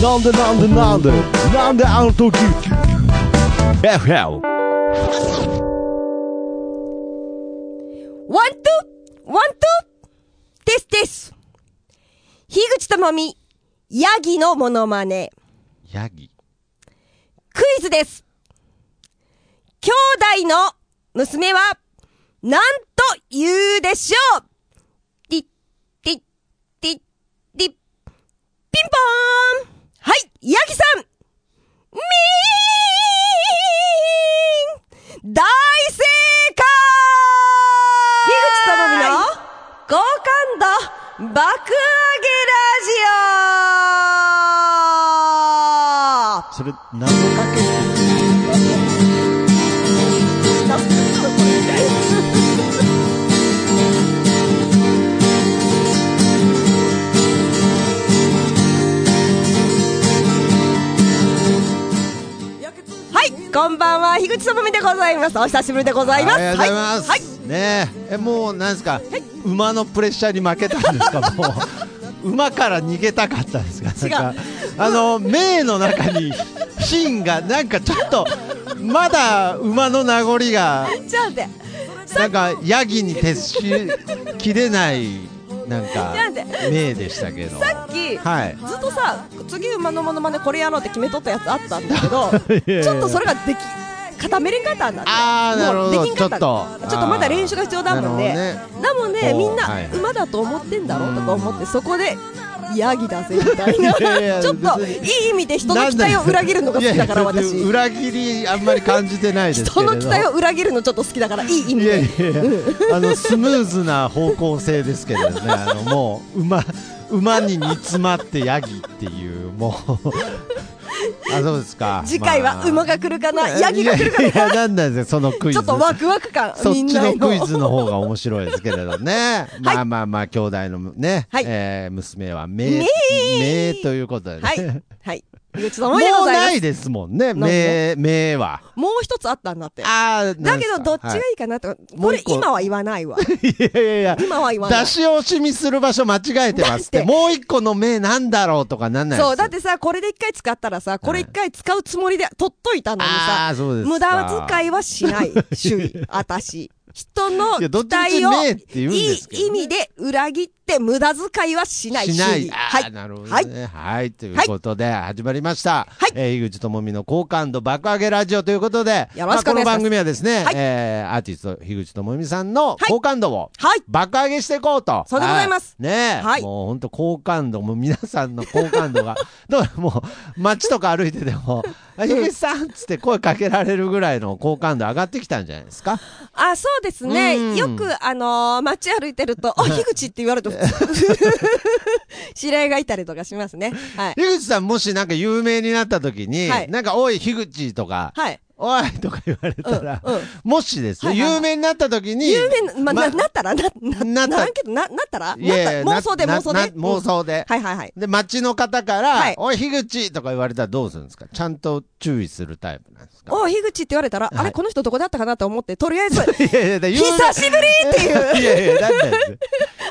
なんでなんでなんでなんでなんであの時 FL ワン、ツー、ワン、ツー、ですです。樋口智美、ヤギのモノマネ、ヤギ。クイズです。兄弟の娘は、なんと言うでしょうティッ、ティッ、ティッ、ティッ、ピンポーンはい、ヤギさんみーん大正解樋口智美の好感度爆上げラジオそれ、何でかけてはい、こんばんは、樋口智美でございます。お久しぶりでございます。ありがとうございます。はい、ねえ、えもう、なんですか、馬のプレッシャーに負けたんですか、 もう。馬から逃げたかったんですか。なんかあの、名の中に、シーンが、なんかちょっと、まだ馬の名残が、はいちょっと待って、なんか、ヤギに徹しきれない、なんかなんで、名でしたけど。さっき、はい。ずっとさ、次馬のモノマネこれやろうって決めとったやつあったんだけど いやい、やちょっとそれができ、固めれんかったんだって。あーなるほどもうできんかったんだちょっとちょっとまだ練習が必要だもんあーね。なるほだもんね、ほうみんはない馬だと思ってんだろうとか思って、そこで、ヤギだぜみたいな。いやいやちょっと、別いにい意味で人の期待を裏切るのが好きだから、いやいや別に私。裏切りあんまり感じてないですけれど人の期待を裏切るのちょっと好きだから、いい意味いやいで。やいやあのスムーズな方向性ですけどねあのもう馬馬に煮詰まってヤギっていうもう あそうですか次回は馬が来るかな、ヤギが来るかいやいやなんなんですよそのクイちズょっとワクワク感、そっみちんなのクイズの方が面白いですけれどね。まあまあまあ、兄弟のね、はいえー娘は名、名名ということでね。はい。はい。井口さん、もおめでとうごうざいまなす。いですもんね、なんで名、名は。もう一つあったんだって。ああ、だけど、どっちがいいかなとか、もこうれ一個今は言わないわ。いやいやいや。今は言わない出。し惜しみする場所間違えてますって。だってもう一個の目なんだろうとかなんないですそう、だってさ、これで一回使ったらさ、これ一回使うつもりで取っといたのにあさー、そうですか無駄遣いはしない、主 義、私。人のいや期どっちみ待ちをねえって言うんいでいすけどね意味で裏切って無駄遣いはしない主しない。義。あはーい。なるほはどい。ね。はい。ということで、始まりましはた。いえー井口智美の好感度爆上げラジオということで、よろしくお願いしますあこの番組はですねはい、えーアーティスト、樋口智美さんのい好感度をはい。爆上げしていこうと。そうでございますはねえ。はいもう本当好感度、もう皆さんの好感度が、 だからもう街とか歩いてて も、あ樋口さんっつって声かけられるぐらいの好感度上がってきたんじゃないですか。あ、そうですうんね。よく、あのー街歩いてると、あ、樋口って言わ れると、知り合いがいたりとかしますね。はい。樋口さんもしなんか有名になった時に、はいなんか、おい、樋口とか、はい。おいとか言われ たら、うんうんもしですね、はいはいはい有名になった時に、有名な、ま、な、なったらな、な、なったな、けど、な、なったらいやいやなった妄想でな妄想でな妄想で。はいはいはい。で、街の方から、はいおい、樋口とか言われたらどうするんですかちゃんと注意するタイプなんですかおう、樋口って言われたら、あれ、この人どこだったかなと思って、とりあえ ず、久しいやいや、だから有名ぶりっていう。いやいや、だって、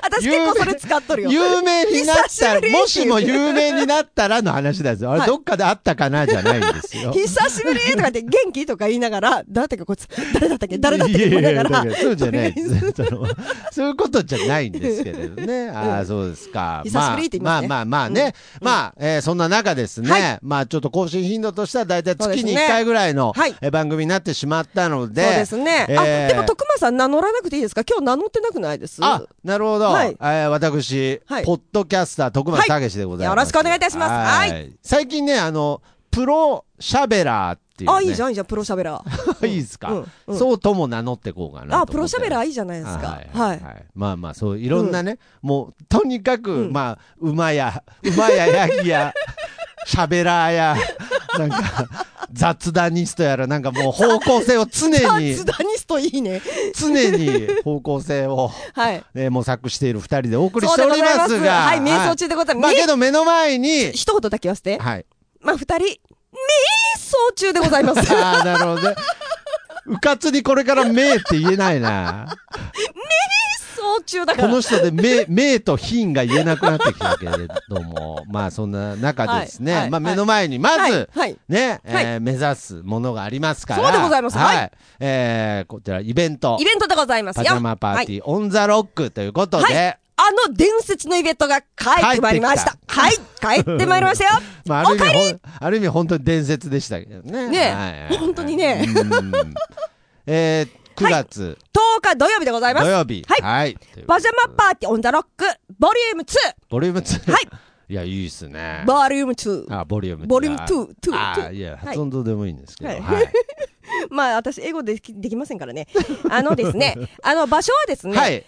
私結構それ使っとるよ。 有名になっ久たしぶら、りもしも有名になったらの話なんですよ。あれ、はいどっかで会ったかなじゃないんで すよ。久しぶりとかって元気とか言いながら、誰だっけこいつ、誰だったっけ誰だったっけ思いながらいやいやいやだからそうじゃないでとりあえず す。そのそういうことじゃないんですけれどね。ああ、そうですか。久しぶりって言いますまあねまあまあね。まあ、えーそんな中ですね。はまあちょっと更新頻度としては大体そうで月すにね1回ぐらいの、はいえー番組になってしまったので。そうですね。えーあ、でも徳間さん名乗らなくていいですか今日名乗ってなくないですあ、なるほど。はいえー私、はいポッドキャスター徳松武史でございまはす、いよろしくお願いいたしますはいい。最近ね、あの、プロシャベラーっていう、ね。あ、いいじゃ ん。ん、いいじゃん、プロシャベラー。いいですか、うんうんそうとも名乗ってこうかなと思っあ、て。プロシャベラーいいじゃないですか。ははいい。まあまあそういろんなね、もうとにかく、まあ馬や馬やヤ ギやしゃべらーやなんか雑談ニストやらなんかもう方向性を常あ、に津田ニストいいね。常に方向性を。はい。ね、模索している二人でお送りしておりそうまでござすいますが。はい迷走中でございますまあけど目の前に、一言だけ言わせて。はい。まあ、二人、迷走中でございま す。ああ、なるほどね。うかつにこれから目って言えないな。走中だかこら。の人 で名、名と品が言えなくなってきたけれども、まあそんな中ですね、はいはいまあはい目の前にまず、はいはいね、えーは目指すものがありますから。そうでございますはい。はいえーこちらイベントイ、ベントでございますパよ。ジャマパーティー、オンザロックということはい。で、はい。あの伝説のイベントが帰ってまいりました。はい。帰ってまいりましたよ。 まああるお意味かえりほん、ある意味本当に伝説でしたけどね。ねえはい本当にねうんえー、9月 !10 日土曜日でございま土す。曜日。はいはい。パジャマパーティーオンザロック、ボリューム2。ボリューム2。。はいいや、いいっすね。ボリューム2。あ、ボリューム2。ボリューム2 2あー2いや、はい発音どうでもいいんですけど。 はいはい。まあ、私、英語できできませんからね。 あのです ね、あの場所はですね、はい。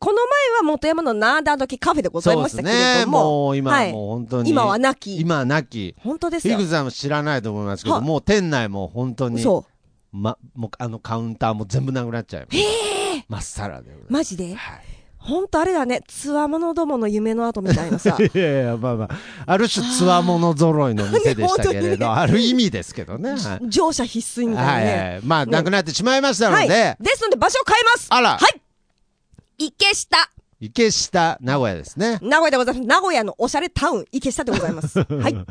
この前は元山のなんだ時カフェでございそうまでしたすけれね。ども、もう今、はいもう本当に。今はなき今はなき。本当ですヒよグ。さんも知らないと思いますけど、はもう店内も本当に、そま、もうあのカウンターも全部なくなっちゃいます。まっさらでございます。う。マジではい。本当あれだね、つわものどもの夢の後みたいなさ。いやいや、まあまあ、ある種、つわもの揃いの店でしたけれど、あある意味ですけどね。はい乗車必須みたはいないね。はい。まあ、なくなってしまいましたので、ですので場所を変えます。あはらい。池下。池下名古屋ですね。名古屋でございます。名古屋のおしゃれタウン、池下でござい ます。はい。わ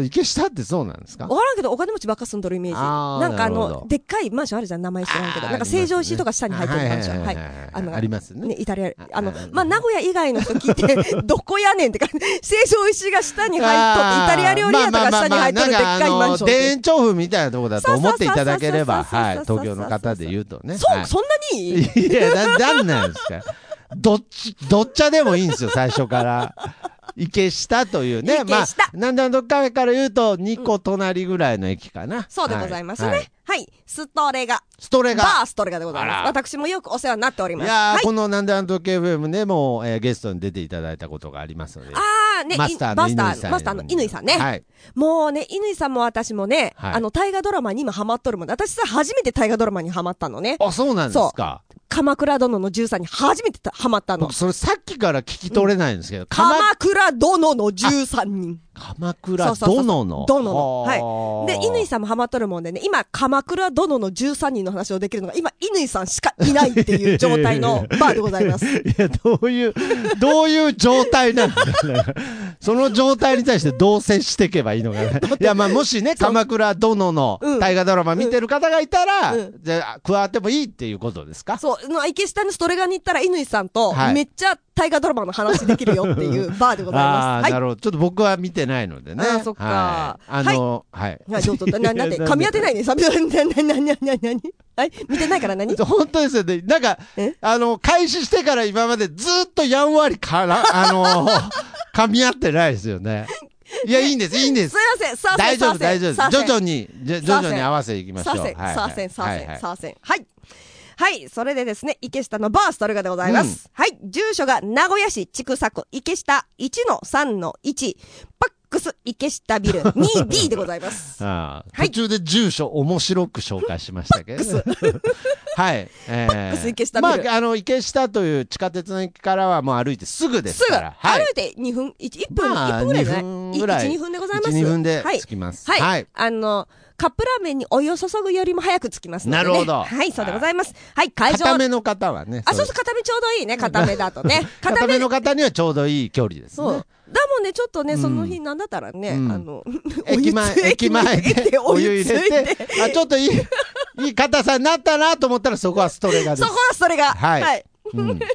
か池下ってそうなんですからんけど、お金持ちばっか住んどるイメージ。あーなんかあなるのほど、でっかいマンションあるじゃん、名前知らんけど。あーなんか成城石井とか下に入ってるマンション。はいありますねはいはいはいはい。のありますねイタリア、あのあ、まあ、名古屋以外の人聞いて、 どこやねんって感じ。成城石井が下に入っとって、イタリア料理屋とか下に入っとるでっかいマンションまあまあまあまあなんかあのって。田園調布みたいなとこだと思っていただけれそうば、そうそうそうはい。東京の方で言うとね。そう、はいそんなにいや、な、なんなんですか。どっち、どっちゃでもいいんですよ、最初から。池下というね。池下まあ、なんだどっかから言うと、2個隣ぐらいの駅かな。そうでございますね。ははいい。ストレガ。ストレバが。ーストレガでございあます。ら私もよくお世話になっておりいます。やー、はい。このなんであの時 FM でも、えーゲストに出ていただいたことがありますので。あーね、マいスターのバスタ乾さー、ん。マスターの乾さんね。はい。もうね、乾さんも私もね、はいあの、大河ドラマに今ハマっとるもんで、私さ、初めて大河ドラマにハマったのね。あ、そうなんですか。鎌倉殿の13に初めてたハマったの僕、。それさっきから聞き取れないんですけど、鎌鎌倉殿の13人。鎌そ倉うそうそう殿の。殿の。ははい。で、乾さんもハマっとるもんでね、今、鎌倉殿の13人の話をできるのが、今、乾さんしかいないっていう状態 のバーでございます。いや、どういう、どういう状態なんだよね。 その状態に対してどう接していけばいいのかね。いや、まあ、もしね、鎌倉殿のうん大河ドラマ見てる方がいたら、うんじゃあ、加わってもいいっていうことですかそう、の池下のストレガに行ったら、乾さんと、はいめっちゃ大河ドラマの話できるよっていうバーでございあまあー、す。なはい。るほど。ちょっと僕は見てないのでね。あーそっかはい、あの、はい。いや、ちょっと、な、 なんで、噛み合ってないね。サビ、な、な、な、な、な、な、なにはい見てないから 何本当ですよね。なんかえ、あの、開始してから今までずっとやんわりから、あの、噛み合ってないですよね。いや、いいんです、いいんですすい。ません、さあ、大丈夫、さあ大丈夫さあです。徐々に、じゃ徐々サーセにン合わせていきましょサーう。セン、サはいはいーセン、サーセはン、いはサーセン。はい。はい。それでですね、池下のバーストルガでございます。はい。住所が名古屋市千種区池下1-3-1、パックス池下 ビル 2B でございます。はああ途い中で住所面白く紹介しましたけど。 はい。えックス池ー下まビあル、あの、池下という地下鉄の駅からはもう歩いてすぐですすぐ、から。はい歩いて2分、1, 1分、ま1あ分ぐらいじゃない2分ぐらい ?1、2分でございます。 1 2分ではい着きますはい。はいあの、カップラーメンにお湯を注ぐよりも早く着きますので、ね。なるほどはい、そうでございます。はい、会場。固めの方はね。あ、そうそそうう、固めちょうどいいね、固めだとね。 固めの方にはちょうどいい距離ですそう。ねだ。もんね、ちょっとね、その日なんだったらね、うんあの、駅前、駅前でおお湯湯つい入れて。て、あ、ちょっといい、いい硬さになったなと思ったらそこはストレガでそすこ。はそれが。ははいい。う んで、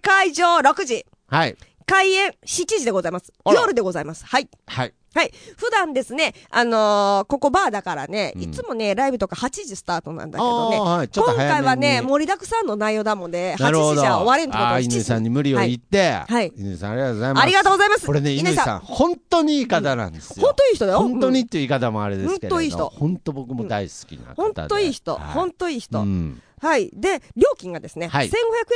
会場6時。はい。開演7時でございます。あら夜でございます。はい。はい。はい。普段ですね、あのーここバーだからね、うんいつもね、ライブとか8時スタートなんだけどね、あーはいちょっと今早めに回はね、盛りだくさんの内容だもんで、な8るほ時ど。じゃ終われんってことあはあ、 7犬時。さんに無理を言って。はい犬さん、ありがとうございます。ありがとうございます。これね、犬さん、本当にいい方なんですよ。本当いい人だよ。本当にうっん。ていう言い方もあれですけれど。本当いい人本当僕も大好きな方本で。当いい人。本当いい人。当うん。はい。で、料金がですね、はい1500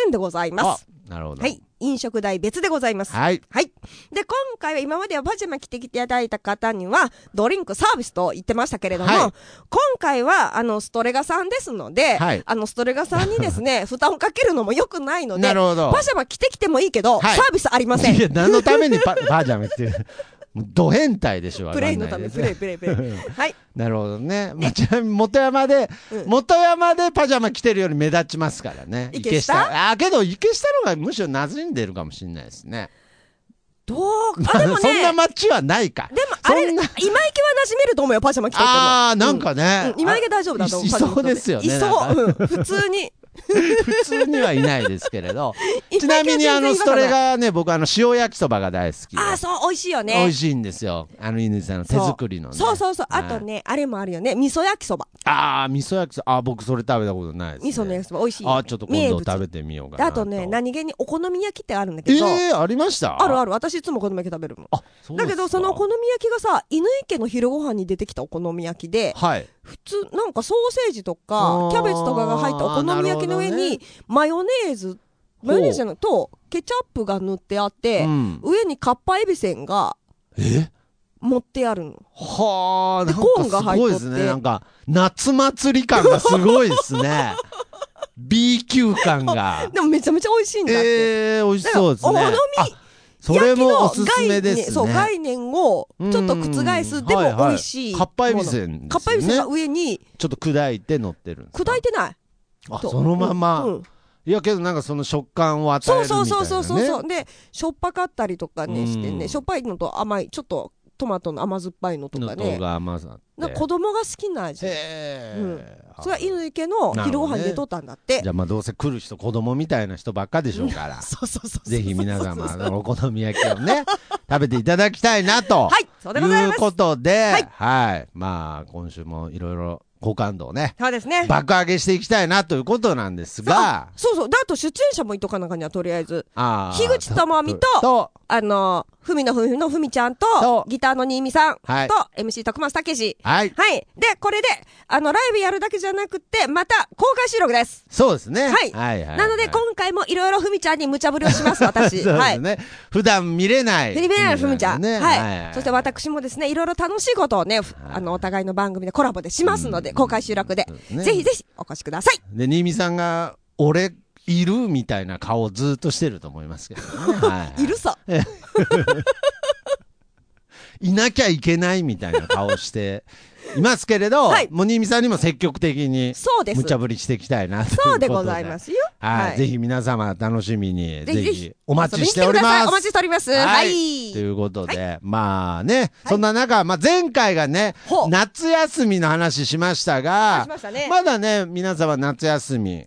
円でございまあす。、なるほど。はい。飲食代別でございます。はい。はい。で、今回は今まではパジャマ着てきていただいた方には、ドリンクサービスと言ってましたけれども、はい今回は、あの、ストレガさんですので、はいあの、ストレガさんにです ね、負担をかけるのも良くないので、なるほどパジャマ着てきてもいいけど、はいサービスありません。 いや、何のためにパ、パジャマっていう。もうド変態でしょ、プレイのため、わかプんなレいイ、すプレイ、プレイ。 はい。なるほどね。まあちなみに、元山で、うん元山でパジャマ着てるより目立ちますからね。池下ああ、けど、池下の方がむしろなじんでるかもしれないですね。どう、あ、でもね、そんなでも街はないか。あれ、そん今池なは馴染めると思うよ、パジャマ着てても。ああ、なんかね。うん今池大丈夫だと思う。いいパジャマ着そうててですよね。いそう、うん。普通 に。普通にはいないですけれ どいないちなみにあのストレがね僕あの塩焼きそばが大好きでああ、そう、美味しいよね。美味しいんですよあの犬さんの手そう作りのねそうそうそう。はあいとね、あれもあるよね。味噌焼きそば。ああ味噌焼きそばあー僕それ食べたことないです、ね、味噌の焼きそば美味しいよ。あーちょっと今度名物食べてみようかでなあとね、何気にお好み焼きってあるんだえけど、ー、ありましたあるあるる。私いつもお好み焼き食べるもん。あそうだですかけど、そのお好み焼きがさ、犬池の昼ご飯に出てきたお好み焼きで、はい普通、なんかソーセージとあかー、キャベツとかが入ったお好み焼きの上なるほに、マヨネーズ、マヨネーズじゃないと、ケチャップが塗ってあって、うん上にカッパエビせんがえ持ってあるの。はあなんでかコーンがす入っごといってですねなんか夏祭り感がすごいです ね B 級感がでもめちゃめちゃ美味しいんだって。えー、美味しそうですねだからお好みあそれもおすすめですね焼きの概念そう、概念をちょっと覆うす、んでもはいはい美味しいもの。カッパエビせんですねカッパエビせんが上にちょっと砕いて乗ってるんですか砕いてない。あとそのまま、うんいやけどなんかその食感を与えるそうみたいな、そうそね、うそうそうそう、でしょっぱかったりとかねしてうねんしょっぱいのと甘いちょっとトマトの甘酸っぱいのとかのねとが甘さなんっかて子供が好きな味へえ、うんそれは犬池の昼ご飯に出とったんだって、じゃあまあどうせ来る人子供みたいな人ばっかでしょうからそうそうそうそう ぜひ皆様あのお好み焼きをね食べていただきたいなと はいそうでございますうことでははいい、まあ今週もいろいろ好感度をねそうですね爆上げしていきたいなということなんですがそうそうであと出演者もいとかなんかにはとりあえずあー樋口智美ととあのふみのふみのふみちゃんととギターの新見さんと、はい MC 徳松たけしはいはいでこれであのライブやるだけじゃなくてまた公開収録ですそうですね。はい。はいはいなので、今回もいろいろふみちゃんに無茶ぶりをします、私。そうではすい。ね。普段見れない。フリベラルふみちゃん。ねはい。そして私もですね、いろいろ楽しいことをね、ふあの、お互いの番組でコラボでしますので、公開収録でそうで、すねぜひぜひお越しください。で、新見さんが、俺、いるみたいな顔をずっとしてると思いますけどね。 はいいるさ。いなきゃいけないみたいな顔を していますけれど、はいもう新見さんにも積極的に、そうです無茶ぶりしていきたいなということそうでございますよ。はい、はいぜひ皆様楽しみに、ぜぜひひぜひお待ちしており遊びに来てくだまさいす。お待ちしておりますはいということで、まあね、そんな中、まあ前回がねほう、夏休みの話しましたが、しましたねだね、皆様夏休み。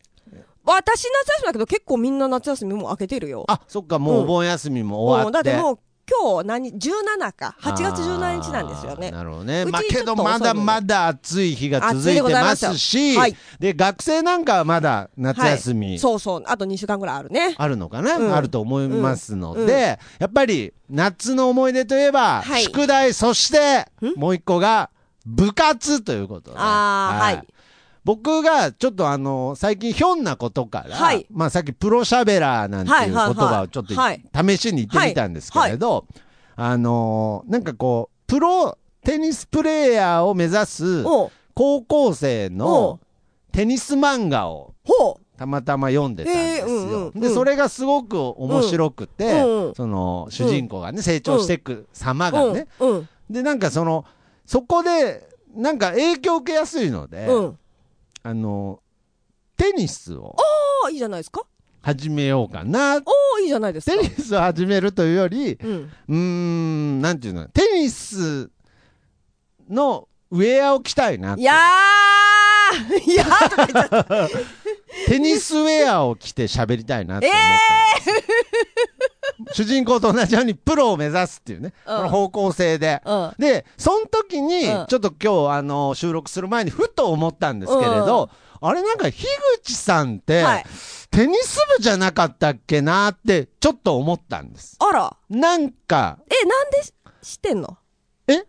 私夏休みだけど、結構みんな夏休みもう明けてるよ。あ、そっか、もうお盆休みも終もわう、だっ。っててもう、今日何、17か。8月17日なんですよあーね。なるほどね。うちまあちょけっとどまだまだ暑い日が続いてます暑いでございますし、よはいで、学生なんかはまだ夏はい休みそうそう。あと2週間ぐらいあるね。あるのかな、うんあると思いますので、うんうんやっぱり夏の思い出といえば、はい宿題、そしてもう一個が部活ということで。あーはい僕がちょっとあの最近ひょんなことから、はいまあさっきプロしゃべらーなんていう言はいはいは葉いをちょっとはい試しに言ってみたんですけれど、あのーなんかこうプロテニスプレーヤーを目指すおう高校生おうのテニス漫画をほう。たまたま読んでたんですよ。えーうんうんで、うんそれがすごく面白くて、うんうんその、主人公がね、成長していく様がね。うん。うん。で、なんかその、そこで、なんか影響を受けやすいので、うん。あの、テニスをああ、いいじゃないですか。始めようかな。おお、いいじゃないですかテ。ニスを始めるというより、うん。うーん、なんていうの、テニスのウェアを着たいなっいて。やー、いや ーとか言っちゃった。テニスウェアを着て喋りたいなって思ったん です、主人公と同じようにプロを目指すっていうね、うんこの方向性で、うんでその時にうんちょっと今日あの収録する前にふと思ったんですけれど、あれなんか樋口さんって、はいテニス部じゃなかったっけなってちょっと思ったんですあら、なんかえ、なんでし知ってんのえ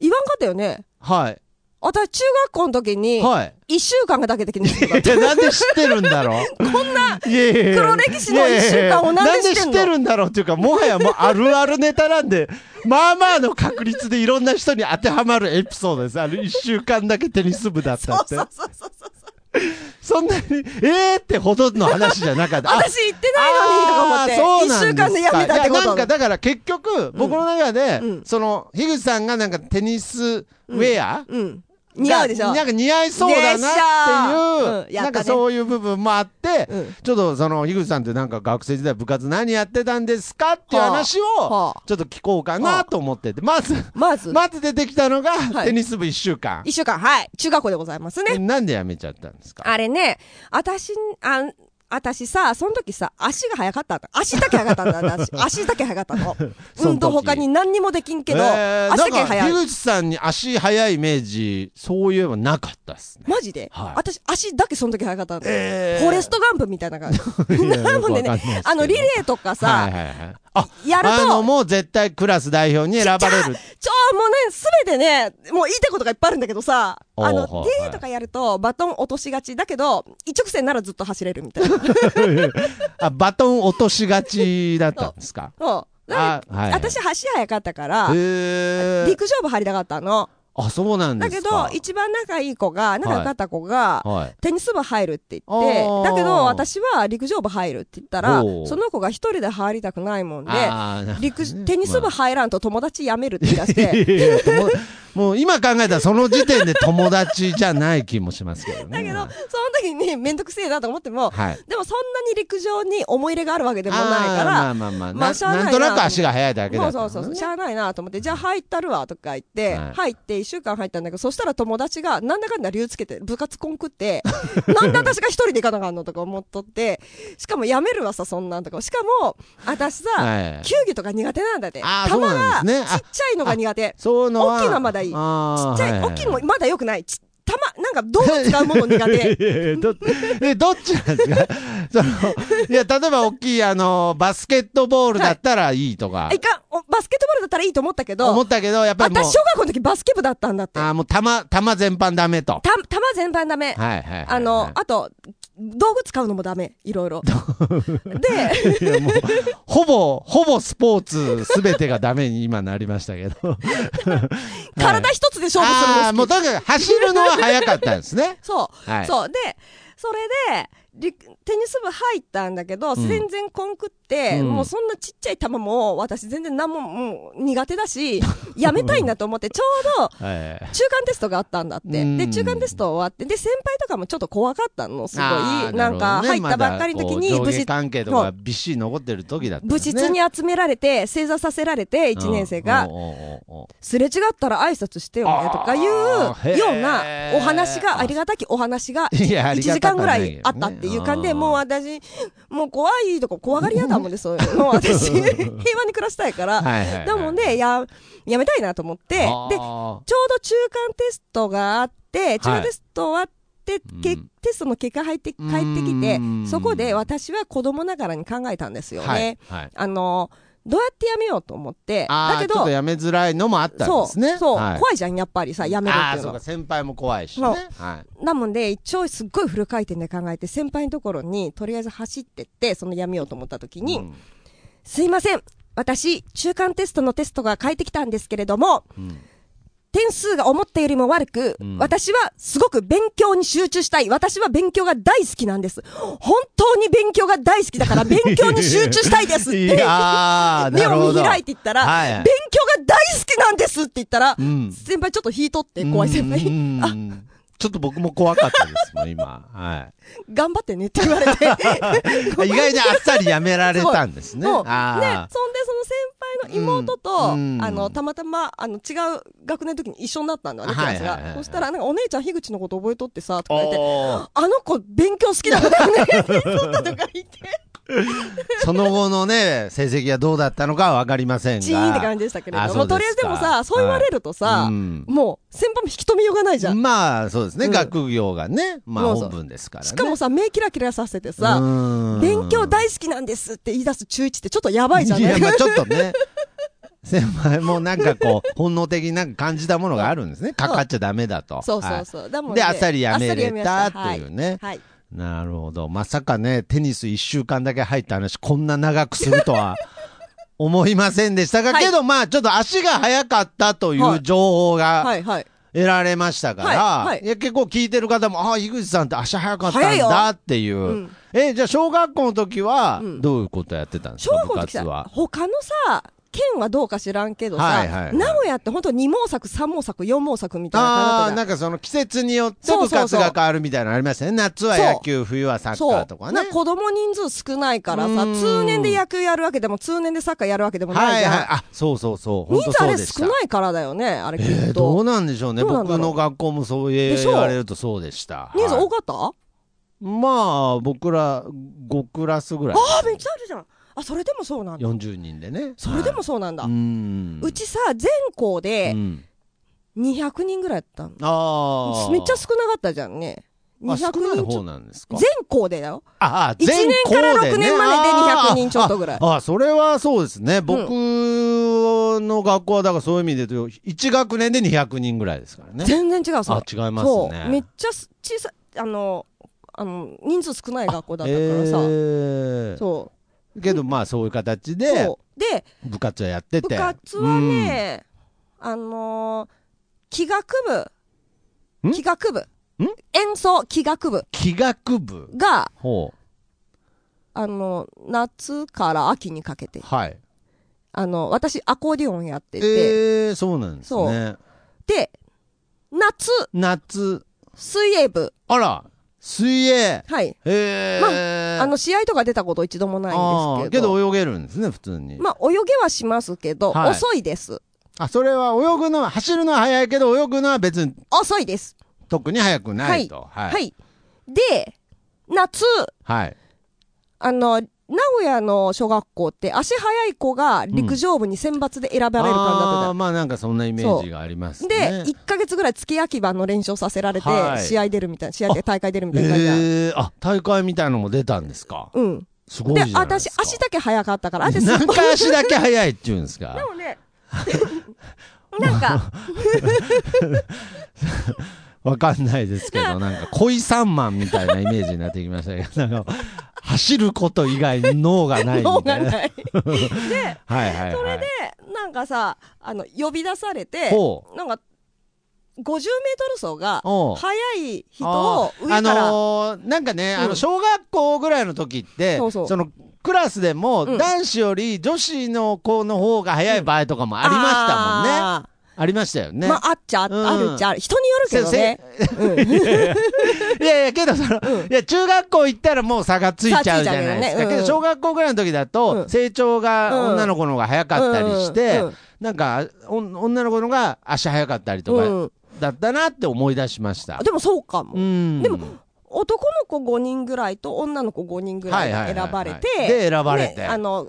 言わんかったよね。はい私、中学校の時に、 はい一週間がだけでテニス部だっいたやなんで知ってるんだろうこんな黒黒歴史の一週間をなんで知ってんのるんだろうっていうかもはやもうあるあるネタなんでまあまあの確率でい ろんな人に当てはまるエピソードですあの一週間だけテニス部だったってそうそうそうそうそう。そんなに、えーってほどの話じゃなかった。あ私行ってないのにとか思ってあーそうなん一週間でやめたってこといやなんかだから結局、僕の中で、うんその、樋口さんがなんかテニスウェア、うん。似合うでしょなんか似合いそうだなっでていしう、ょうんなんかそういう部分もあって、うんちょっとその、樋口さんってなんか学生時代部活何やってたんですかっていう話を、はあはあちょっと聞こうかなと思ってて、まず、まず、まず出てきたのが、はいテニス部1週間。一週間、はい。中学校でございますね。なんでやめちゃったんですかあれね、私、あん、私さ、その時さ、足が速かったの。足だけ速かったんだ、 私。足だけ速かったの。その時運動他に何にもできんけど、えー足だけな速んかい。樋口さんに足速いイメージ、そういえばなかったっすね。マジで、はい私、足だけその時速かったの。えーフォレストガンプみたいな感じ。い やなよくのわかんでないですけねど、あの、リレーとかさ、はいはいはい。あ、やるとあの、もう絶対クラス代表に選ばれる。ちょ、もうね、すべてね、もう言いたいことがいっぱいあるんだけどさ、おうあの、はい手とかやるとバトン落としがちだけど、一直線ならずっと走れるみたいな。うんあ、バトン落としがちだったんですか。 なんあかはい私、足早かったから、へえ。陸上部入りたかったの。あ、そうなんでだけすどか。、一番仲いい子が、仲良かった子が、はい。テニス部入るって言ってお、ーだけど私は陸上部入るって言ったらお、ーその子が一人で入りたくないもんで、あーなるほどね陸テニス部入らんと友達辞めるって言い出しい て、やいや友もう今考えたらその時点で友達じゃない気もしますけどだね。けど、その時にめんどくせえなと思っても、はい。でもそんなに陸上に思い入れがあるわけでもないからあー、まあまあまあ、まあなしゃあないななんとなく足が速いだけだもかうらねそうそうそう、しゃあないなと思って、じゃあ入ったるわとか言って、はい入って1週間入ったんだけど、そしたら友達がなんだかんだ理由つけて、部活コンクって、なんで私が一人で行かなあかんのとか思っとって、しかもやめるわさ、そんなんとか。しかも、私さ、はい球技とか苦手なんだって。球あーそうながんですねちっちゃいのが苦手。そういうのは大きいのはまだいいあちーっちゃい、はは大きいのもまだ良くない。ち球、なんか道具使うもの苦手。いやいやどえどっちなんですか そのいや例えば大きいあのバスケットボールだったらいいとかいかん、おバスケットボールだったらいいと思ったけど、思ったけどやっぱりもう私、小学校の時バスケ部だったんだって。あーもう玉玉全般ダメとた、球全般ダメ。はいはいはいはいあの、あと、道具使うのもダメ。いろいろ。で、いやもうほぼほぼスポーツすべてがダメに今なり ましたけど体一つで勝負するのあ好あきもうとにかく走るのは早かったんです ねそう、はいそう。で、それで、りテニス部入ったんだけど、ん戦前コンクって、うんもうそんなちっちゃい球も、私全然何も、もう苦手だ し、やめたいなと思って、ちょうど、はい中間テストがあったんだって。うんで、中間テスト終わって、で、先輩とかもちょっと怖かったの、すごい。あーなんか、るほ入どねったばっかりの時に、まだこ無う上事下、関係とそかうびっしり残ってる時だったんで部すね室に集められて、正座させられて、1年生がうん、おうおうおうおうすれ違ったら挨拶してよね、とかあーへいーうようなお話が、ありがたきお話が、いやあ1りが時た間ぐくはならいけどねいあったっていう感じで、うんもう私、もう怖いとか怖がり屋だもんで、そういう の。もう私、平和に暮らしたいかはら。いはいはいだもんで、や、やめたいなと思って、で、ちょうあーど中間テストがあって、中間テスト終わって、けうんテストの結果入って、帰ってきうてん、そこで私は子供ながらに考えたんですよね。はいはいあの、どうやってやめようと思って、あだーけちょっどと、やめづらいのもあったんそでう、すね。そう、はい怖いじゃん、やっぱりさ、やめるってああ、いうそうのか、。先輩も怖いしね。そうはい。なもんで、一応すっごいフル回転で考えて、先輩のところに、とりあえず走ってって、そのやめようと思った時に、うんすいません、私、中間テストのテストが返ってきたんですけれども、うん点数が思ったよりも悪く、うん私はすごく勉強に集中したい。私は勉強が大好きなんです。本当に勉強が大好きだから、勉強に集中したいですっ いて。やー目なるをほ見ど開いていったら、はいはい勉強が大好きなんですって言ったら、ん先輩ちょっと引いとって、怖い先輩うんうんうに、んあ、ちょっと僕も怖かったですもん、今。は頑張ってねって言わ れて。 い。意外にあっさりやめられたんですね。そうで、そんで、そのあ先輩の妹と、うんうんあの、たまたま、あの、違う学年の時に一緒になったんだよね、クはいラスはいはいはが。いそしたら、なんか、お姉ちゃん、樋口のこと覚えとってさ、とあ。か言って、おーあの子、勉強好きなんだよね、 とか言って、その後のね、成績がどうだったのかは分かりませんが。チーンって感じでしたけれあども、とりあえずでもさ、そう言われるとさ、うんもう、先輩も引き止めようがないじゃん。まあ、そうですね。うん学業がね、まあそうそう本分ですからね。しかもさ、目キラキラさせてさ、さ勉強大好きなんですって言い出す中1ってちょっとやばいじゃいなや、い まあちょっとね。 先輩もなんかこう、本能的になんか感じたものがあるんですね。かかっちゃダメだと。そうそうそう。だもんはいねで、あっさりやめれたあっさりやめまっしたはていうね。はい。なるほど。まさかね、テニス1週間だけ入った話、こんな長くする とは思いませんでしたが、はいけどまあちょっと足が速かったといはうい情報が、はいはい。得られましたから、はいはいいや結構聞いてる方も、ああ、井口さんって足早かったん早いよだっていう。うんえ、じゃあ小学校の時はう、んどういうことやってたんです小か、学部校の時さ活は、。他のさ、県はどうか知らんけどさ、はいはいはい名古屋って本当二毛作、三毛作、四毛作みたいな感じだあったあ、じゃなんんかその季節によってそう部そう活そうが変わるみたいなのありましたね。夏は野球、冬はサッそカうーとかねなん。子供人数少ないからさ、うん通年で野球やるわけでも、通年でサッカーやるわけでもなはいいじゃん。はい。あ、そうそうそう。本人当数あそうれでし少た。ないからだよね、あれきえーっどうと。なんでしょうね。どうなんだろう僕の学校もそうでしょ言われるとそうでした。人数はい多かった、まあ、僕ら5クラスぐらい。あ、めっちゃあるじゃん。あ、それでもそうなんだ。 40人でね。それでもそうなんだ。はい、うん。うちさ、全校でうん200人ぐらいやったの。ああ。めっちゃ少なかったじゃんね。あ少ない200人ち方ょなんですか全校でだよ。ああ、一年全校でからね六年までで200人ちょっとぐらいあああそれはそうですね。僕の学校は、だからそういう意味で言うと、1学年で200人ぐらいですからね。全然違うあさ。、違いますそう。めっね。ちゃす小さい、あの、あの、人数少ない学校だったえからさ。ーそけど、まあ、そういう形う。で、そう。で、部活はやって部て。活はね、あのー、気学部、ん気学部ん、演奏気学部うん、気学部。が、ほう。あの、夏から秋にかけて、はい。あの、私アコーディオンやってて、えー、そうなんですね。で、夏、夏。水泳部、あら、水泳。はい。へえ、あの、試合とか出たこと一度もないんですけど、あーけど泳げるんですね、普通に。まあ、泳げはしますけど、はい遅いです。あ、それは泳ぐのは、走るのは速いけど、泳ぐのは別に遅いです。特に速くないと。ははい。い。で、夏、はい。あの、名古屋の小学校って足早い子が陸上部に選抜で選ばれる感じだったあーじまあなんかそんなイメージがありますゃんね。で、1ヶ月ぐらい月焼き場の練習をさせられては、い試合出るみたいな、試合で大会出るみたいな感じだえー、あ、大会みたいのも出たんですか。うん。すごいでじゃないで私すか。足だけ早かったから私なんか足だけ速いって言うんですでか。もね なんかわかんないですけど、なんか恋三万みたいなイメージになってきましたけど、なんか、走ること以外に脳がない脳みたがいな。ないではいはいはい。それで、なんかさあの呼び出されてほなんか50メートル走がおう速い人を上から、あのーなんかね、うんあの小学校ぐらいの時ってそうそうのクラスでもうん男子より女子の子の方が早い場合とかもありましたもんね、あありましたよーね、まああっちゃ、うんあるっちゃある人によるけどねいやいやけどその、いや中学校行ったらもう差がついちゃうじゃないです差ついちゃか、うよねうんけど小学校ぐらいの時だと、うん成長が女の子の方が早かったりして、うんうんなんかお女の子の方が足早かったりとうかんだったなって思い出しました、でもそうかも、うんでも男の子5人ぐらいと女の子5人ぐらいが選ばれて、はいはいはいはいで選ばれてねあの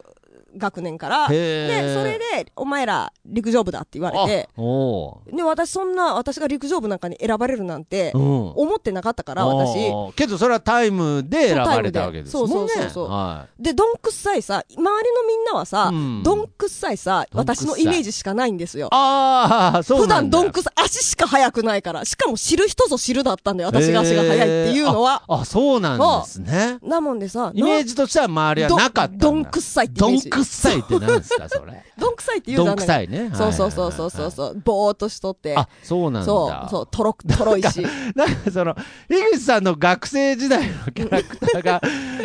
学年からへでーそれでお前ら陸上部だって言われてあおーで私そんな私が陸上部なんかに選ばれるなんてうん思ってなかったから私おーけどそれはタイムで選ばれたわけですもんねそうタイムでそうそうそうそうはでどんくっさいさ周りのみんなはさ、うんどんくっさいさどんくっさ私いのイメージしかないんですよい、ああそう普なんだ段どんくさい足しか速くないからしかも知る人ぞ知るだったんだよ私が足が速いっていうのはえ、ーああそうなんですねなもんでさイメージとしては周りはなかったんだどどんくっさいってイどメーんジくっさいってなんです かそれどんくさいって言うじどゃんんくないさいねそうそうそうそうそううそう、ぼーっとしとって。あそうなんだそう、そう、とろ、とろいし。なんかその井口さんの学生時代のキャラクターが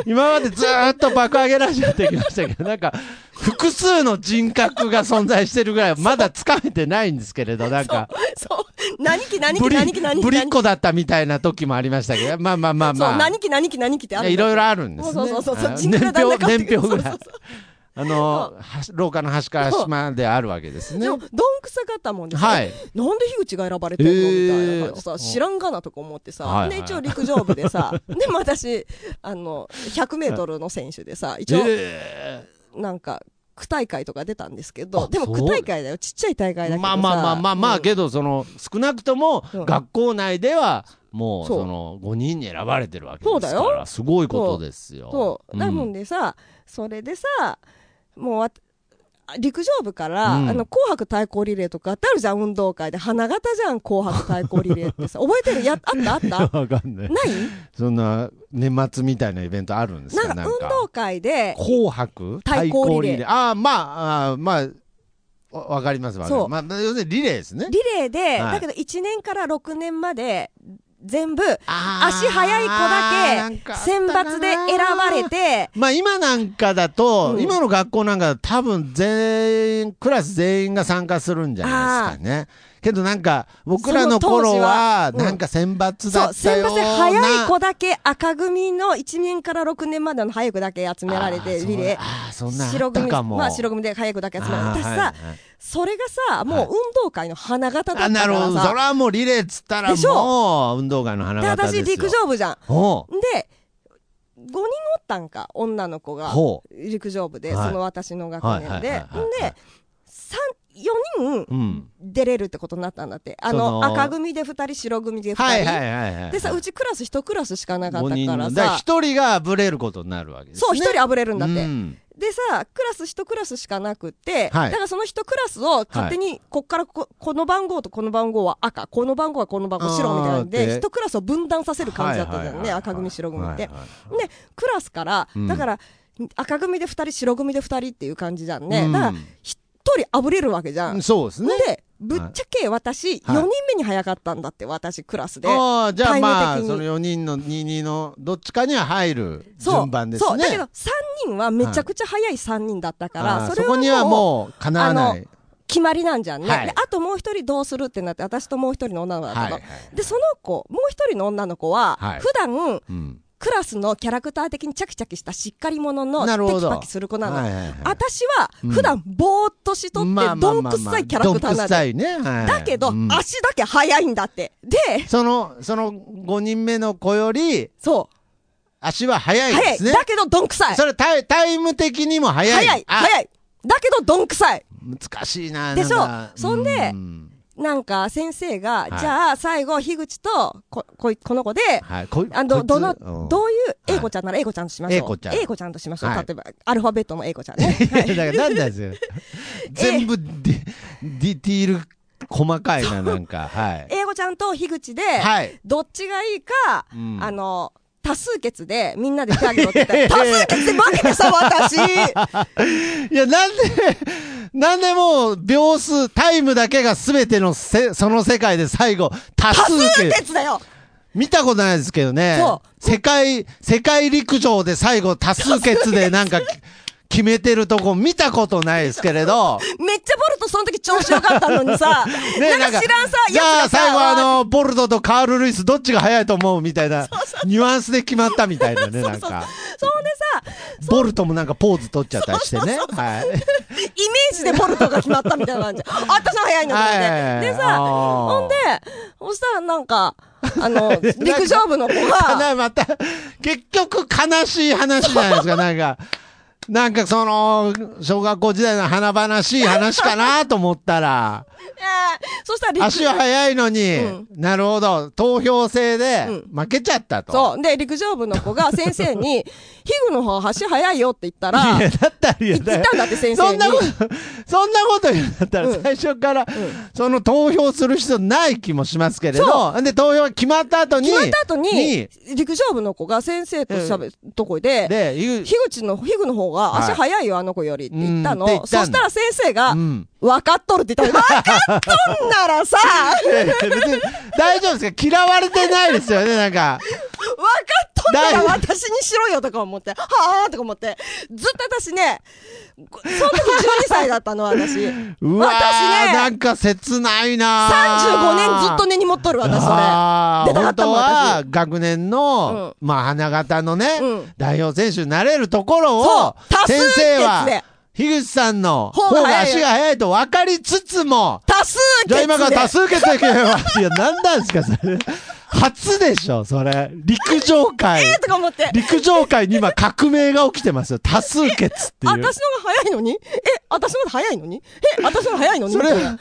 今までずーっと爆上げラジオできましたけどなんか複数の人格が存在してるぐらいまだつかめてないんですけれど なんかそう、何期何期ぶり何期何期ぶりっ何期。子だったみたいな時もありましたけど、まあまあまあそう、まあ何。期何期何期ってあるいろいろ。ろあるんですね。そうそうそうそうあ人年格がだんだん表、変わってくる年表ぐそ。らいうあの、はし廊下の端から端まであるわけですねで。も、どんくさかったもんですよはい。なんで樋口が選ばれてんのみたいな感じでえさ、ー知らんがなとか思ってはさ、いで、はい一応陸上部で さ、でも私、あの、100メートルの選手でさ、一応、えなんか、区大会とか出たんですけど、あでもそう区大会だよ、ちっちゃい大会だえけどまさ。あまあまあまあまうあ、んけど、その、少なくともうん学校内では、もう、そうその、5人に選ばれてるわけそうでだすよから、すごいことですよ。そう。んなもんでさ、それでさ、もうわ陸上部から、うんあの、紅白対抗リレーとかってあるじゃん、運動会で。花形じゃん、紅白対抗リレーってさ。覚えてるや、あったあ ったわかんなない。いそんな、年末みたいなイベントあるんですなかんかなん運か。動会で、紅白対抗リレーああ、まあ、ああまあ、わわかりますわかりそまうす。まあまあ、要するにリレーですね。リレーで、はいだけど1年から6年まで全部あー足速いなん子かだあけった選かな抜で選ばれてまあ今なんかだと、うん今の学校なんか多分全員、クラス全員が参加するんじゃないですかね。けどなんか、僕らのその頃は当、時はうんなんか選そ抜だうった選よう抜な。で速い子だけ赤組の1年から6年までの速い子だけ集められてリレーあーそんあーそんなあ白った組かも。まあ白組で早くだけ集まるあー私さ、はいはいそれがさもう運動会の花形だったあからさ、なるほど。それはもうリレーっつったらでしょもう、運動会の花で形私ですよ。陸上部じゃんほう。で5人おったんか女の子がほ陸上部で、はいその私の学年で、はいはいはいはいで4人う。うん。出れるってことになったんだってあそのの赤組で2人白組で2人、はいはいはいはい。でさうちクラス1クラスしかなかっ五た人からのだからさ一人がブレることになるわけですね。そう1人あぶれるんだって、うんでさクラス1クラスしかなくって、はいだからその1クラスを勝手にこっからここの番号とこの番号は赤この番号はこの番号白みたいなんあーでで1クラスを分断させる感じだったじゃんね、はいはいはいはい赤組白組って、はいはいでクラスから、うんだから赤組で2人白組で2人っていう感じじゃんね、うんだから1人あぶれるわけじゃん、うんそうですね。でぶっちゃけ私、はい4人目に早かったんだって私クラスで、ああ、じゃあまタイあ、ム的にその4人の22のどっちかには入るそう順番ですね。そうだけど3人はめちゃくちゃ早い3人だったから、あーそそれこにははもうもうかなわない。決まりなんじゃんね、はいであともう一人どうするってなって私ともう一人の女の子だったの、はいはいでその子もう一人の女の子は、はい普段うんクラスのキャラクター的にチャキチャキしたしっかり者のなるテほどキパキする子なの、はいはいはい私は普段ぼーっとしとってまあまあどんまあまあくさいキャラクターなどんくんださいね。はいだけど、うん足だけ速いんだってでその、その5人目の子よりそ足は速うい速でいすね。だけどどんくさいそれタイタイム的にも速い。速いあ速いだけどどんくさい難しいな。でしょなんかそんでうんなんか先生が、はいじゃあ最後樋口とここいこの子で、はい、こいあのこいつどのうんどういう、英子ちゃんなら英子ちゃんとしましょう。英子ちゃんとしましょう。は例いえば、アルファベットの英子ちゃんね。 いやだからなんなん ですよ。全部ディディティール細かいな、なんか。はい。英子ちゃんと樋口で、はい。どっちがいいか、うんあの、多数決でみんなで手挙げろ って言ったら、多数決で負けてさ、私いや、なんで、なんでもう、秒数、タイムだけが全てのせ、その世界で最後、 多多数数決。決だよ見たことないですけどねそ。世界、世界陸上で最後、多数決でな んか、決めてるとこ見たことないですけ れど。めっちゃボルトその時調子よかったのにさ、 ねなんか知らんさ、じゃやあつがさ、最後あわの、ボルトとカール・ルイスどっちが速いと思うみたいな、ニュアンスで決まったみたいなね、なんか。ーそんでさ、ボルトもなんかポーズ取っちゃったりしてね。はい。イメージでボルトが決まったみたいな感 じ。あ私の早いのだって。はいはいはいでさ、あーほんで、そしたらなんか、あ の、陸上部の子が、かな、また、結局悲しい話じゃないですか、なんか。なんかその、小学校時代の華々しい話かなと思ったら、えーそしたら陸足は速いのに、うんなるほど、投票制でう負けちゃったと。そう。で、陸上部の子 が先生に、ヒグの方足早いよって言ったら、い言や、っだったら言えたんだって先生そに。んなこと、そんなこと言うんだったら、うん最初から、その投票する必要ない気もしますけれど、で、投票決まった後に、決まった後に、陸上部の子が先生と喋るとこで、で、言う、樋口の、ヒグの方が足早いよ、あの子よりって言ったの。うんって言ったそのしたら先生が、うん分かっとるって言ったの。分かっとんなら さ、いやいや別に大丈夫ですか嫌われてないですよね、なんか。分かっとんなら私にしろよとか思って、はぁーとか思って、ずっと私ね、こその時12歳だったの、私。うわー、私ねなんか切ないな35年ずっと根に持っとる、私それ。あー出たか本った当もんは学年の、まあ花形のね、うん代表選手になれるところそうを多数先決で生は樋口さんの方方がが早い足が速いと分かりつつも多数決でじゃあ今から多数決でいけよいや何なんですかそれ初でしょそれ陸上界えーとか思って。陸上界に今革命が起きてますよ多数決ってあ私いのうが早いのにえ私のが早いのにえ私のが早いのにそみれたいな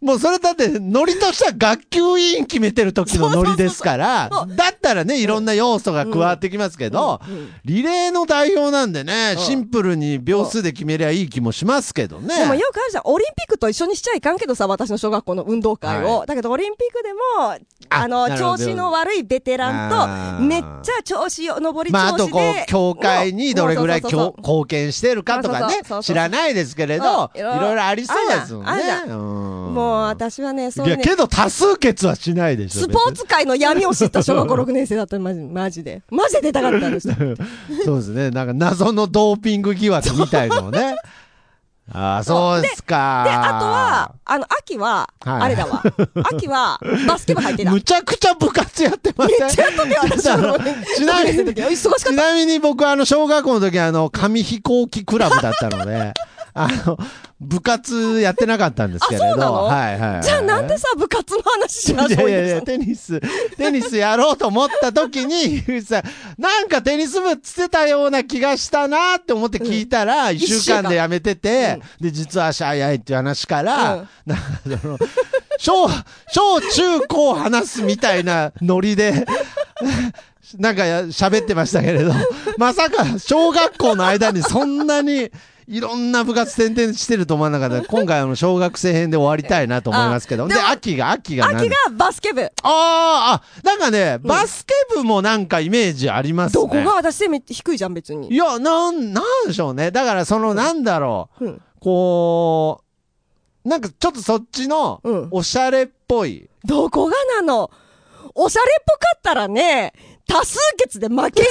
もうそれだってノリとしては学級委員決めてる時のノリですからそうそうだったらねいろんな要素が加わってきますけど、うんうんリレーの代表なんでね、うんシンプルに秒数で決めりゃいい気もしますけどね。でもよくあるじゃんオリンピックと一緒にしちゃいかんけどさ私の小学校の運動会を、はだけどオリンピックでもああのなる調ほど子の悪いベテランあとーめっちゃ調子よ上り調子で、まあ、あとこう、協会にどれぐらいそうそうそうそう貢献してるかとかそうねそうそうそう、知らないですけれど、うんいろいろありそうですもんあるねじゃんある。じうんもう私はね、そういいうや、ね、けど多数決はしないでしょ。スポーツ界の闇を知った小学校6年生だったマジ マジで。マジで出たかったん です。別にそうですね。なんか謎のドーピング疑惑みたいの をね。ああ、そうですか。で、あとは、、あの、秋は、はいあれだ わ。秋は、バスケ部入ってた。むちゃくちゃ部活やってませんちゃっとね、私の ちな6み年生のに、時忙しかっちなみに僕はあの、小学校の時はあの、紙飛行機クラブだったので、あの、部活やってなかったんですけれど。あそうなのはいはい、はい。た。じゃあなんでさ、部活の話しなそいうやいやいいや、う。テニス、テニスやろうと思った時に、ゆうじさん、なんかテニス部つってたような気がしたなって思って聞いたら、一、週間でやめてて、で、実は足早いっていう話から、うんなんかその、小、小中高話すみたいなノリで、なんかや喋ってましたけれど、まさか小学校の間にそんなに、いろんな部活転々してると思わなかった。今回あの小学生編で終わりたいなと思いますけど。あで、でも秋が、秋が何秋がバスケ部。あーあ、なんかね、バスケ部もなんかイメージありますね。どこが私めっちゃ低いじゃん、別いに。や、なん、なんでしょうね。だからその、なんだろう。うんこう、なんかちょっとそっちのうん、おしゃれっぽい。どこがなのおしゃれっぽかったらね、多数決で負 けんよ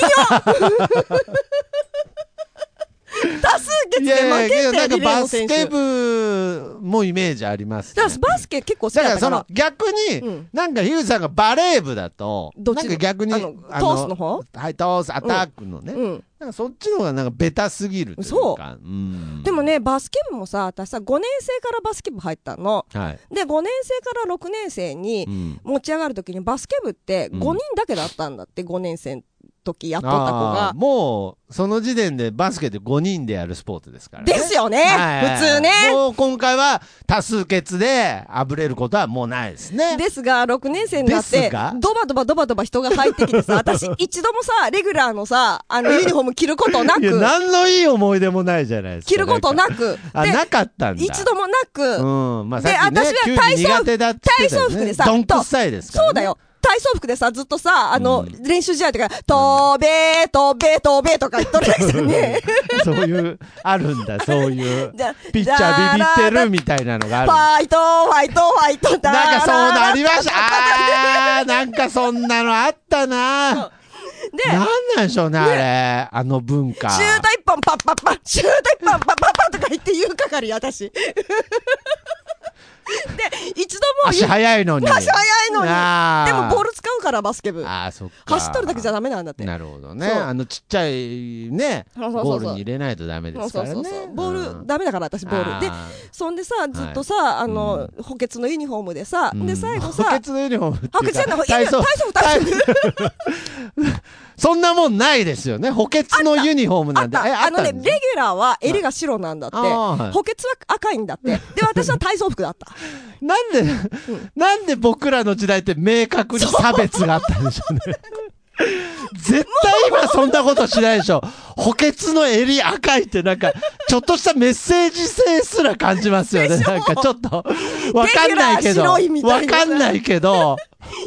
多数決いでやいや負いや、けんなてんかリレーバのス選ケ手。部もイメージあります、ねだ。からバスケ結構好きだだっかたらかそらの。逆に、うんなんかヒュージさんがバレー部だと、どっちなんか逆に、あのトースの方はい、トース、アタックのね。うん。なんかそっちの方がなんかベタすぎるというそか。うんでも、ね、バスケ部もさ、私さ、5年生からバスケ部入ったの。はい。で、5年生から6年生にうん持ち上がるときに、バスケ部ってう5ん人だけだったんだって、5年生の時やっとった子あがー。もう、その時点でバスケで5人でやるスポーツですからね。ですよね、はい普通ね。もう今回は多数決であぶれることはもうないですね。ですが、6年生になっですてが、ドバドバドバドバ人が入ってき てさ、私、一度もさ、レギュラーのさ、あの、ユニフォーム着ることないや、く、何のいい思い出もないじゃないですか。着ることなく、あ、で、なかったんだ。一度もなく、うん。まあ、でさっきね、私は球技体操苦手だって言ってたよ体操ね服でさどんくさいですから、ね。そうだよ。体操服でさ、ずっとさ、あの、うん練習試合とか、飛べー、飛べー、飛べーとか言っとるやつよね。そういう、あるんだ、そうい うじゃ。ピッチャービビってるみたいなのがあフる。ァイト、ファイト、ファイト、だなんかそうなありで、ま した。あー、なんかそんなのあったな。なんなんでしょうね、あれ。あの文化。シュート一本パッパッパッ、シュート一本パッパッパッとか言って言うかかり、私。で、 一度も足速いのに。足速いのにあでもボール使うから、バスケ部。あーそっか。走っとるだけじゃダメなんだって。なるほどね。そうあのちっちゃいね、そうそうそゴーうルに入れないとダメでそうすそかうらそうねそう。。ボール、だダメだから、私、ボール。で、そんでさ、ずっとさ、あの、補欠のユニフォームでさ、で、最後さ、補欠のユニフォームっていうか。補欠じゃない、体操体操、体操、そんなもんないですよね。補欠のユニフォームあなっんで。えた。あのね、んレでギすねュラーは襟が白なんだって。あーはい補欠は赤いんだって。で、私は体操服だった。なんで、なんで僕らの時代って明確に差別があったんでしょうね。絶対今そんなことしないでしょ。補欠の襟赤いってなんか、ちょっとしたメッセージ性すら感じますよね。なんかちょっと、わかんないレけど、ギュラー白いみたわいなかんないけど、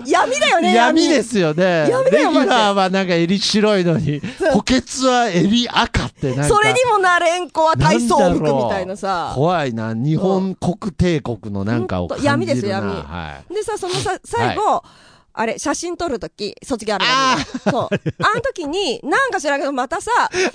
闇だよね、闇ですよね。レギ闇だよマジュでラーはなんか襟白いのに、そう補欠は襟赤ってなんか。それにもなれん子は体操服みたいなさ。怖いな。日本国帝国のなんかを感じるな。闇ですよ闇はい。でさ、そのさ、最後、あれ、写真撮るとき、卒業アルバムのそ う。あの時に、なんか知らんけど、またさ、はい、レギ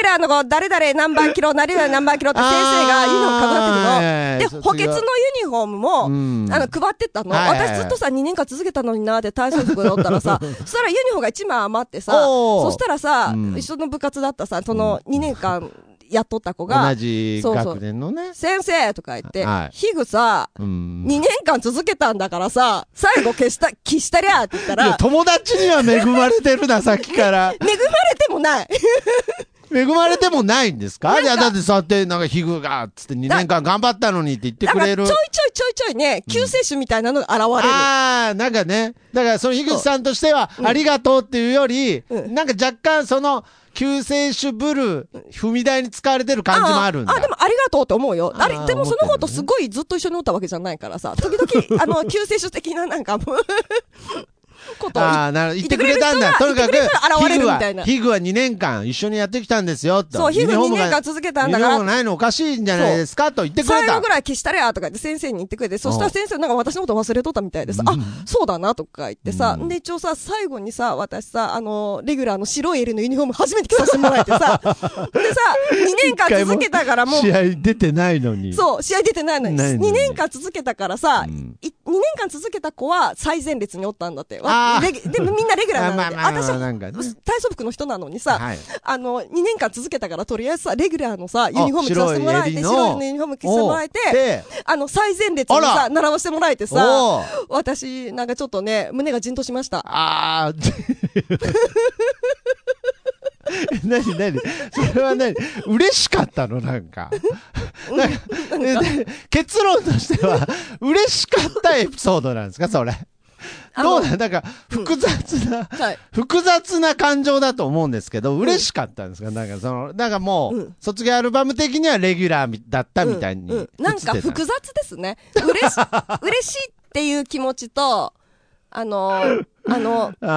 ュラーの子、誰々何番キロ、何々何番キロって先生がいいのをあーは飾っいはいてる卒の。で、業補欠のユニフォームも、うんあの、配ってったの。はいはいはい私ずっとさ、2年間続けたのになーって体操服だった らさ、そしたらユニフォームが1枚余ってさ、おーそしたらさ、うん一緒の部活だったさ、その2年間やっとった子が、同じ学年のね。先生とか言っては、いヒグさ、うん2年間続けたんだからさ、最後消 した、消したりゃーって言ったいやら、友達には恵まれて るな、さっきから。恵まれてもない。恵まれてもないんですかいや、だってそうやって、なんか、ヒグが、つって2年間頑張ったのにって言ってだくかられちょいるちょ。いちょいちょいね、救世主みたいなのが現れる。ああ、なんかね。だから、その、樋口さんとしては、ありがとうっていうより、うんなんか若干、その、救世主ブルー、踏み台に使われてる感じもあるんだ。あ、でもありがとうと思うよ。あれあー、でもその思っ子てとるねす ごいずっと一緒におったわけじゃないからさ、時々、あの、救世主的ななんかもう、ことをああ、なるほど。言ってくれたんだ。と言にってかくく、れる人が現れるヒグみはたいな、ヒグは2年間一緒にやってきたんですよ、と。そう、皮膚ユニフォー2ムが年間続けたんだかユニフォーらム、ないのおかしいんじゃないですか、と言ってくれ最た後ぐ。らい消したれやとか言って先生に言ってくれて、そしたら先生なんか私のこと忘れとったみたいでさ、あ、そうだなとか言ってさ、で、一応さ、最後にさ、私さ、あの、レギュラーの白い L のユニフォーム初めて着させてもらえて さ、でさ、2年間続けたからもう、試合出てないのに。そう、試合出てないのに、ないのに2年間続けたからさ、ういん2年間続けた子は最前列におったんだって。わあーレギでもみんなレギュラーなんで、 あまあまあまあ私はなんかね体操服の人なのにさ、はい。あの、2年間続けたから、とりあえずさ、レギュラーのさ、ユニフォーム着させてもらえて、あ白い襟白のいユニフォーム着させてもらえて、で、あの、最前列にさ、あら並ばせてもらえてさ、おー私、なんかちょっとね、胸がじんとしました。ああ、 なになにそれは何嬉しかったのなんか。なんかえで結論としては、嬉しかったエピソードなんですかそれ。あのどうなんなんか、複雑な、はい。複雑な感情だと思うんですけど、嬉しかったんですか、なんかその、なんかもう、うん卒業アルバム的にはレギュラーみだったみたいにう映んうっんてた、なんか複雑ですね。 嬉し、嬉しいっていう気持ちと、あの、あの、なん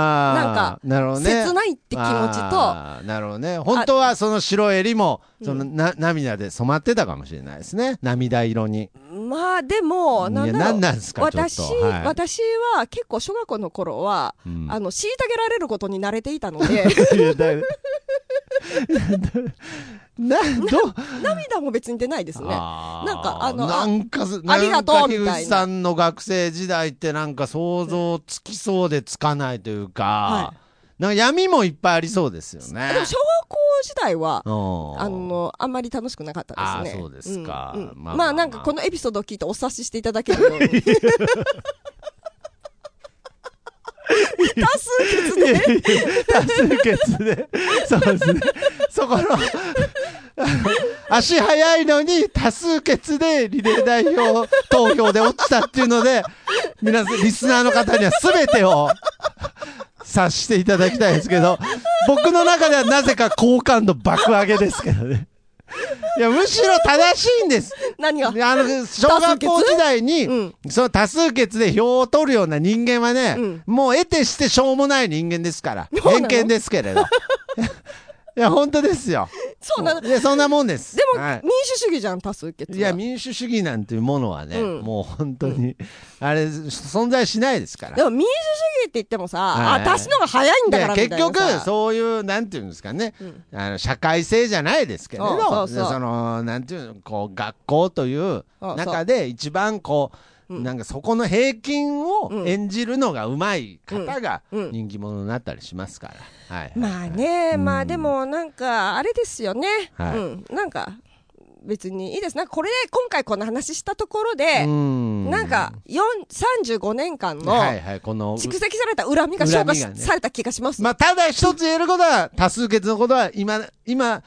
あかーなるほどね。切ないって気持ちと、あーなるほどね。本当はその白襟も、そのな、涙で染まってたかもしれないですね。涙色に。まあでも、いなやんだろなんう。なんですか私、ちょっとはい私は結構小学校の頃は、うんあの、虐げられることに慣れていたの で、いやだな、どう涙も別に出ないですね。あーなんかあのあなんかす、ありがとうなんかみたいな樋口さんの学生時代ってなんか想像つきそうでつかないというかは、なんか闇もいっぱいありそうですよねで。も小学校時代は、うんあの、あんまり楽しくなかったですね。あーそうですかうんうんままああ、まあなんかこのエピソードを聞いてお察ししていただけるよう に。多数決で、多数決で、そうですね。そこの、あの足早いのに多数決でリレー代表投票で落ちたっていうので、皆さん、リスナーの方には全てを察していただきたいですけど、僕の中ではなぜか好感度爆上げですけどね。いや、むしろ正しいんです。何が い。やあの、小学校時代に、うんその多数決で票を取るような人間はね、うんもう得てしてしょうもない人間ですから。うな偏の見ですけ れど。いや、本当ですよ。そうなの。でいや、そんなもんです。も、はい民主主義じゃん、多数決は。いや、民主主義なんていうものはね、うんもう本当に、あれ、存在しないですから。でも民主主義って言ってもさ、はい私のが早いんだかいやらみたい結な局さそういうなんていうんですかね、あの社会性じゃないですけれどそうそうそうそのなんていうのこう学校というそう中で一番こう、なんかそこの平均を演じるのがうまい方がうんうん人気者になったりしますから、はいはいまあね、まあでもなんか、あれですよね。はいうん。なんか、別にいいです。なんかこれで、今回この話したところで、うんなんか、よん35年間のはい蓄はいこの積された恨みが消化し恨みがねされた気がします。まあ、ただ一つ言えることは、多数決のことは、今、今、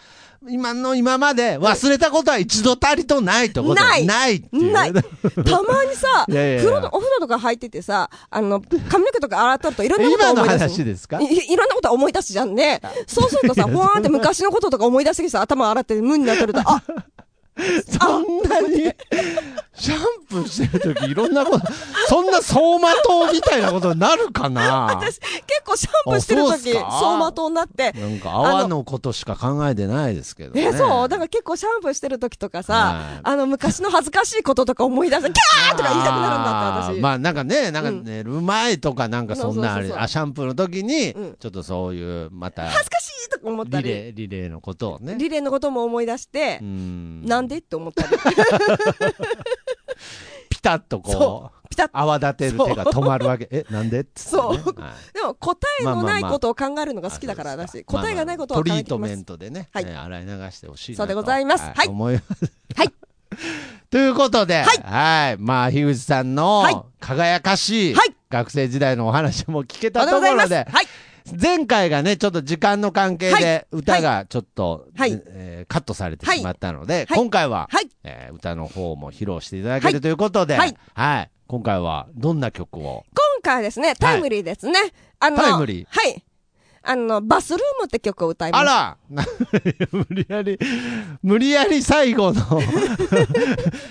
今の今まで忘れたことは一度たりとないってことないないっていう ない。たまにさ、いやいやいや風呂の、お風呂とか入っててさ、あの、髪の毛とか洗っとるといろんなことを今の思い出す。話ですかいいろんなこと思い出すじゃんね。そうする とさ、ほわーんって昔のこととか思い出してきてさ、頭洗って無になってると、あ、そんなに、シャンプーしてるときいろん なこと、そんな走馬灯みたいなことになるかな私、結構シャンプーしてるあそうっす時、か走馬灯になって、なんか泡のことしか考えてないですけど、ね。え、そうだから結構シャンプーしてる時とかはいさ、あの、昔の恥ずかしいこととか思い出して、キャーとか言いたくなるんだって、あー私。まあなんかね、なんか寝る前とかなんかそんなあれ、そうそうそうそうあ、シャンプーの時にうん、ちょっとそういう、また、恥ずかしいとか思ったリレり、ー、リレーのことをね。リレーのことも思い出してう、んなんでって思 ったり。ピタッとこ、そうピタッ泡立てる手が止まるわけ。え、なんでっつってそね、うはいでも答えのないまあまあまあことを考えるのが好きだから、あそうで私。すか答えがないことを考まあえまてあトリーきトまメすン。トでね、はいえー洗い流してほしいなとそうでございますはい思いますはい ということで、はいはいまあ樋口さんはいの輝かしいはい学生時代のお話も聞けあたりがととうごこざいまろす。で、はい。前回がねちょっと時間の関係はで歌がちょっと、はいえーカットされてはいしまったので、はい今回は、はいえー歌の方も披露していただけはるいということで、ははいい今回はどんな曲を今回はですね、タイムリーですね。あの、タイムリーはい。あの、バスルームって曲を歌います。あら 無理やり、無理やり 最後の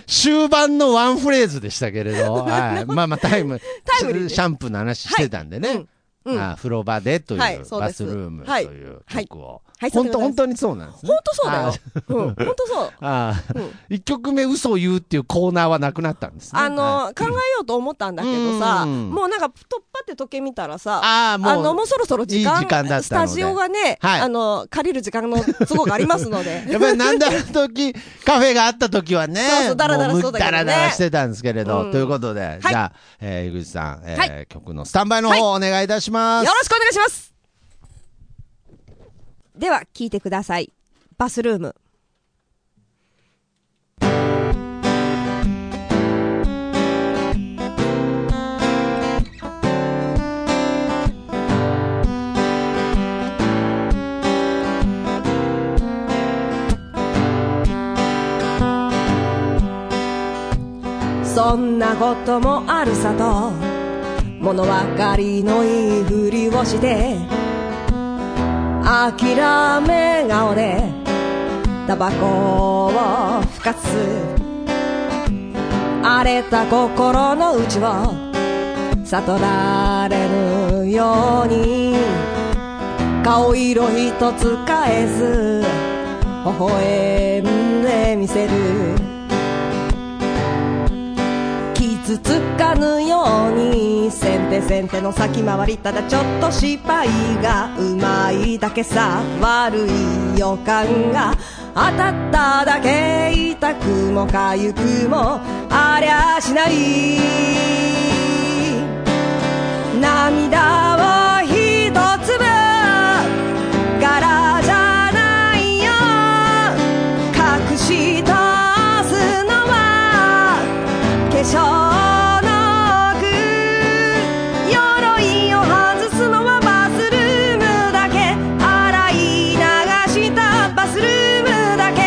終盤 のワンフレーズでしたけれど、はい、まあまあタイム、タイムリーですシャンプーの話してたんでね。ははいい、うんうんあ風呂場でという、はいそうバですスルームとはいいうはい曲を、はいそう本でございま当す本当にそうなんですねほんとそうだよ。うん、ほんと そう。ああ、うん一曲目嘘を言うっていうコーナーはなくなったんですねあのはい考えようと思ったんだけどさ、うんもうなんか、突破って時計見たらさ、ああもうあの、もうそろそろ時間、いい時間だったのでスタジオがね、はいあの、借りる時間の都合がありますので 。やっぱりなんだの時、カフェがあった時はね、そうそうダラダラもそうだけどねダラダラしてたんですけれど、うんということで、じゃあ、えー、井口さん、えー曲のスタンバイの方、お願いいたします。よろしくお願いしますでは聞いてくださいバスルームそんなこともあるさと物分かりのいいふりをして諦め顔でタバコをふかす荒れた心の内を悟られるように顔色一つ変えず微笑んでみせる傷つかぬように先手先手の先回りただちょっと失敗がうまいだけさ悪い予感が当たっただけ痛くも痒くもありゃしない涙を一粒からじゃないよ隠し通すのは化粧の奥鎧を外すのはバスルームだけ洗い流したバスルームだけ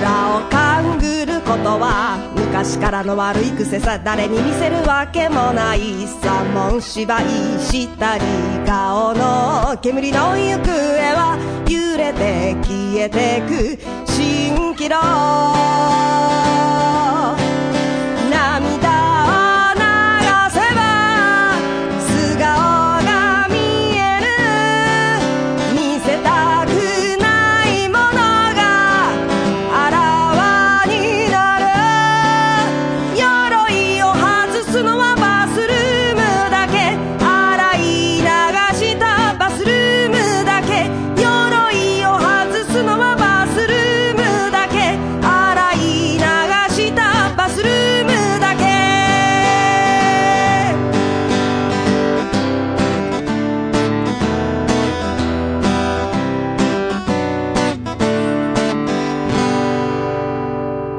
裏を勘ぐることは昔からの悪い癖さ誰に見せるわけもないさ門芝居したり顔の煙の行方は揺れて消えてく蜃気楼涙を流せば素顔が見える見せたくないものがあらわになる鎧を外すのはバスルームだけ洗い流したバスルームだけ鎧を外すのはバスルームだけ洗い流したバスルームだけ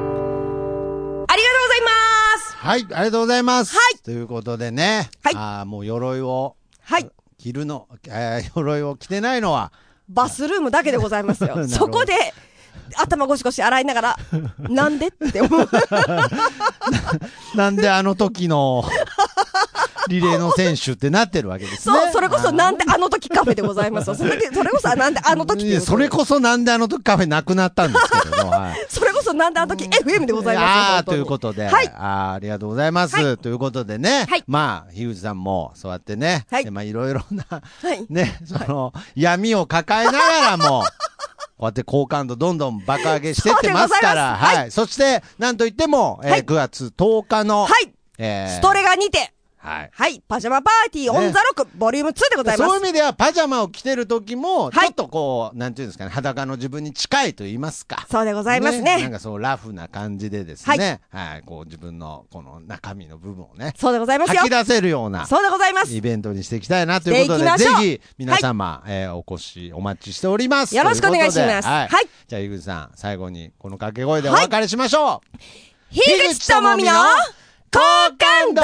ありがとうございますはい、ありがとうございます。はいということでね、はいああ、もう鎧をはい着るの、えー鎧を着てないのは、バスルームだけでございます なるほよ。どそこで、頭ゴシゴシ洗いなが ら、なんでって思う。なんであの時 のリレーの選手ってなってるわけですね。そう、それこそあなんであの時カフェでございますよ。それでそれこそなんであのー時っていいやうそれこそなんであの時カフェなくなったんですけれど、はい。それこそなんであの時 FM でございますよ。ああ本ー、当とにいうことで、はい。あーありがとうございます。ということでね、はいまあ、樋口さんも、そうやってね、はいでまあ、いろいろな、はい。ね、その、闇を抱えながらも、こうやって好感度どんどん爆上げしてってますそうでござかいら、ますはいはい。そして、なんといっても、えーはい9月10日の、はい。えーストレガにて、はい。はい。パジャマパーティーオンザロック、ボリューム2でございまそういうす。意味では、パジャマを着てる時も、いちょっとこう、なんていうんですかね、裸の自分に近いと言いますか。そうでございますねなんかそう、ラフな感じでですね、はい、こう、自分の、この中身の部分をね、そうでございますよ吐き。出せるような、そうでございます。イベントにしていきたいなということで、していぜきましょうひ皆様、えーお越しお待ちしております。よろしくお願いしますとうことではい。はいじゃあ、井口さん、最後にこの掛け声でお別れしましょう。樋口智美の、好感度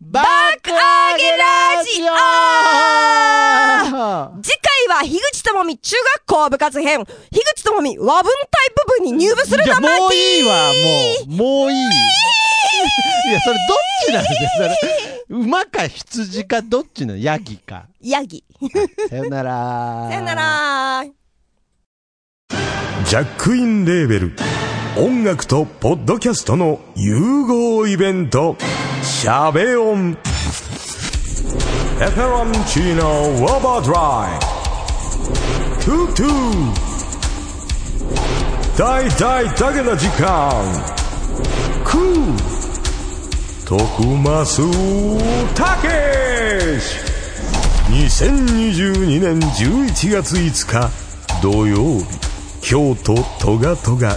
爆上げラジオ次回回は、樋口智美中学校部活編、樋口智美和文体部部に入部するいやだもまうきいいわもうもういいいやそれどっちなんですかそれ馬か羊かどっちのヤギかヤギ。さよならさよなら。ジャックインレーベル音楽とポッドキャストの融合イベント「シャベオン」「エフェロンチーノウォーバードライ」「トゥトゥ」「大大だけの時間」「クー」「徳マスたけし」2022年11月5日土曜日京都トガトガ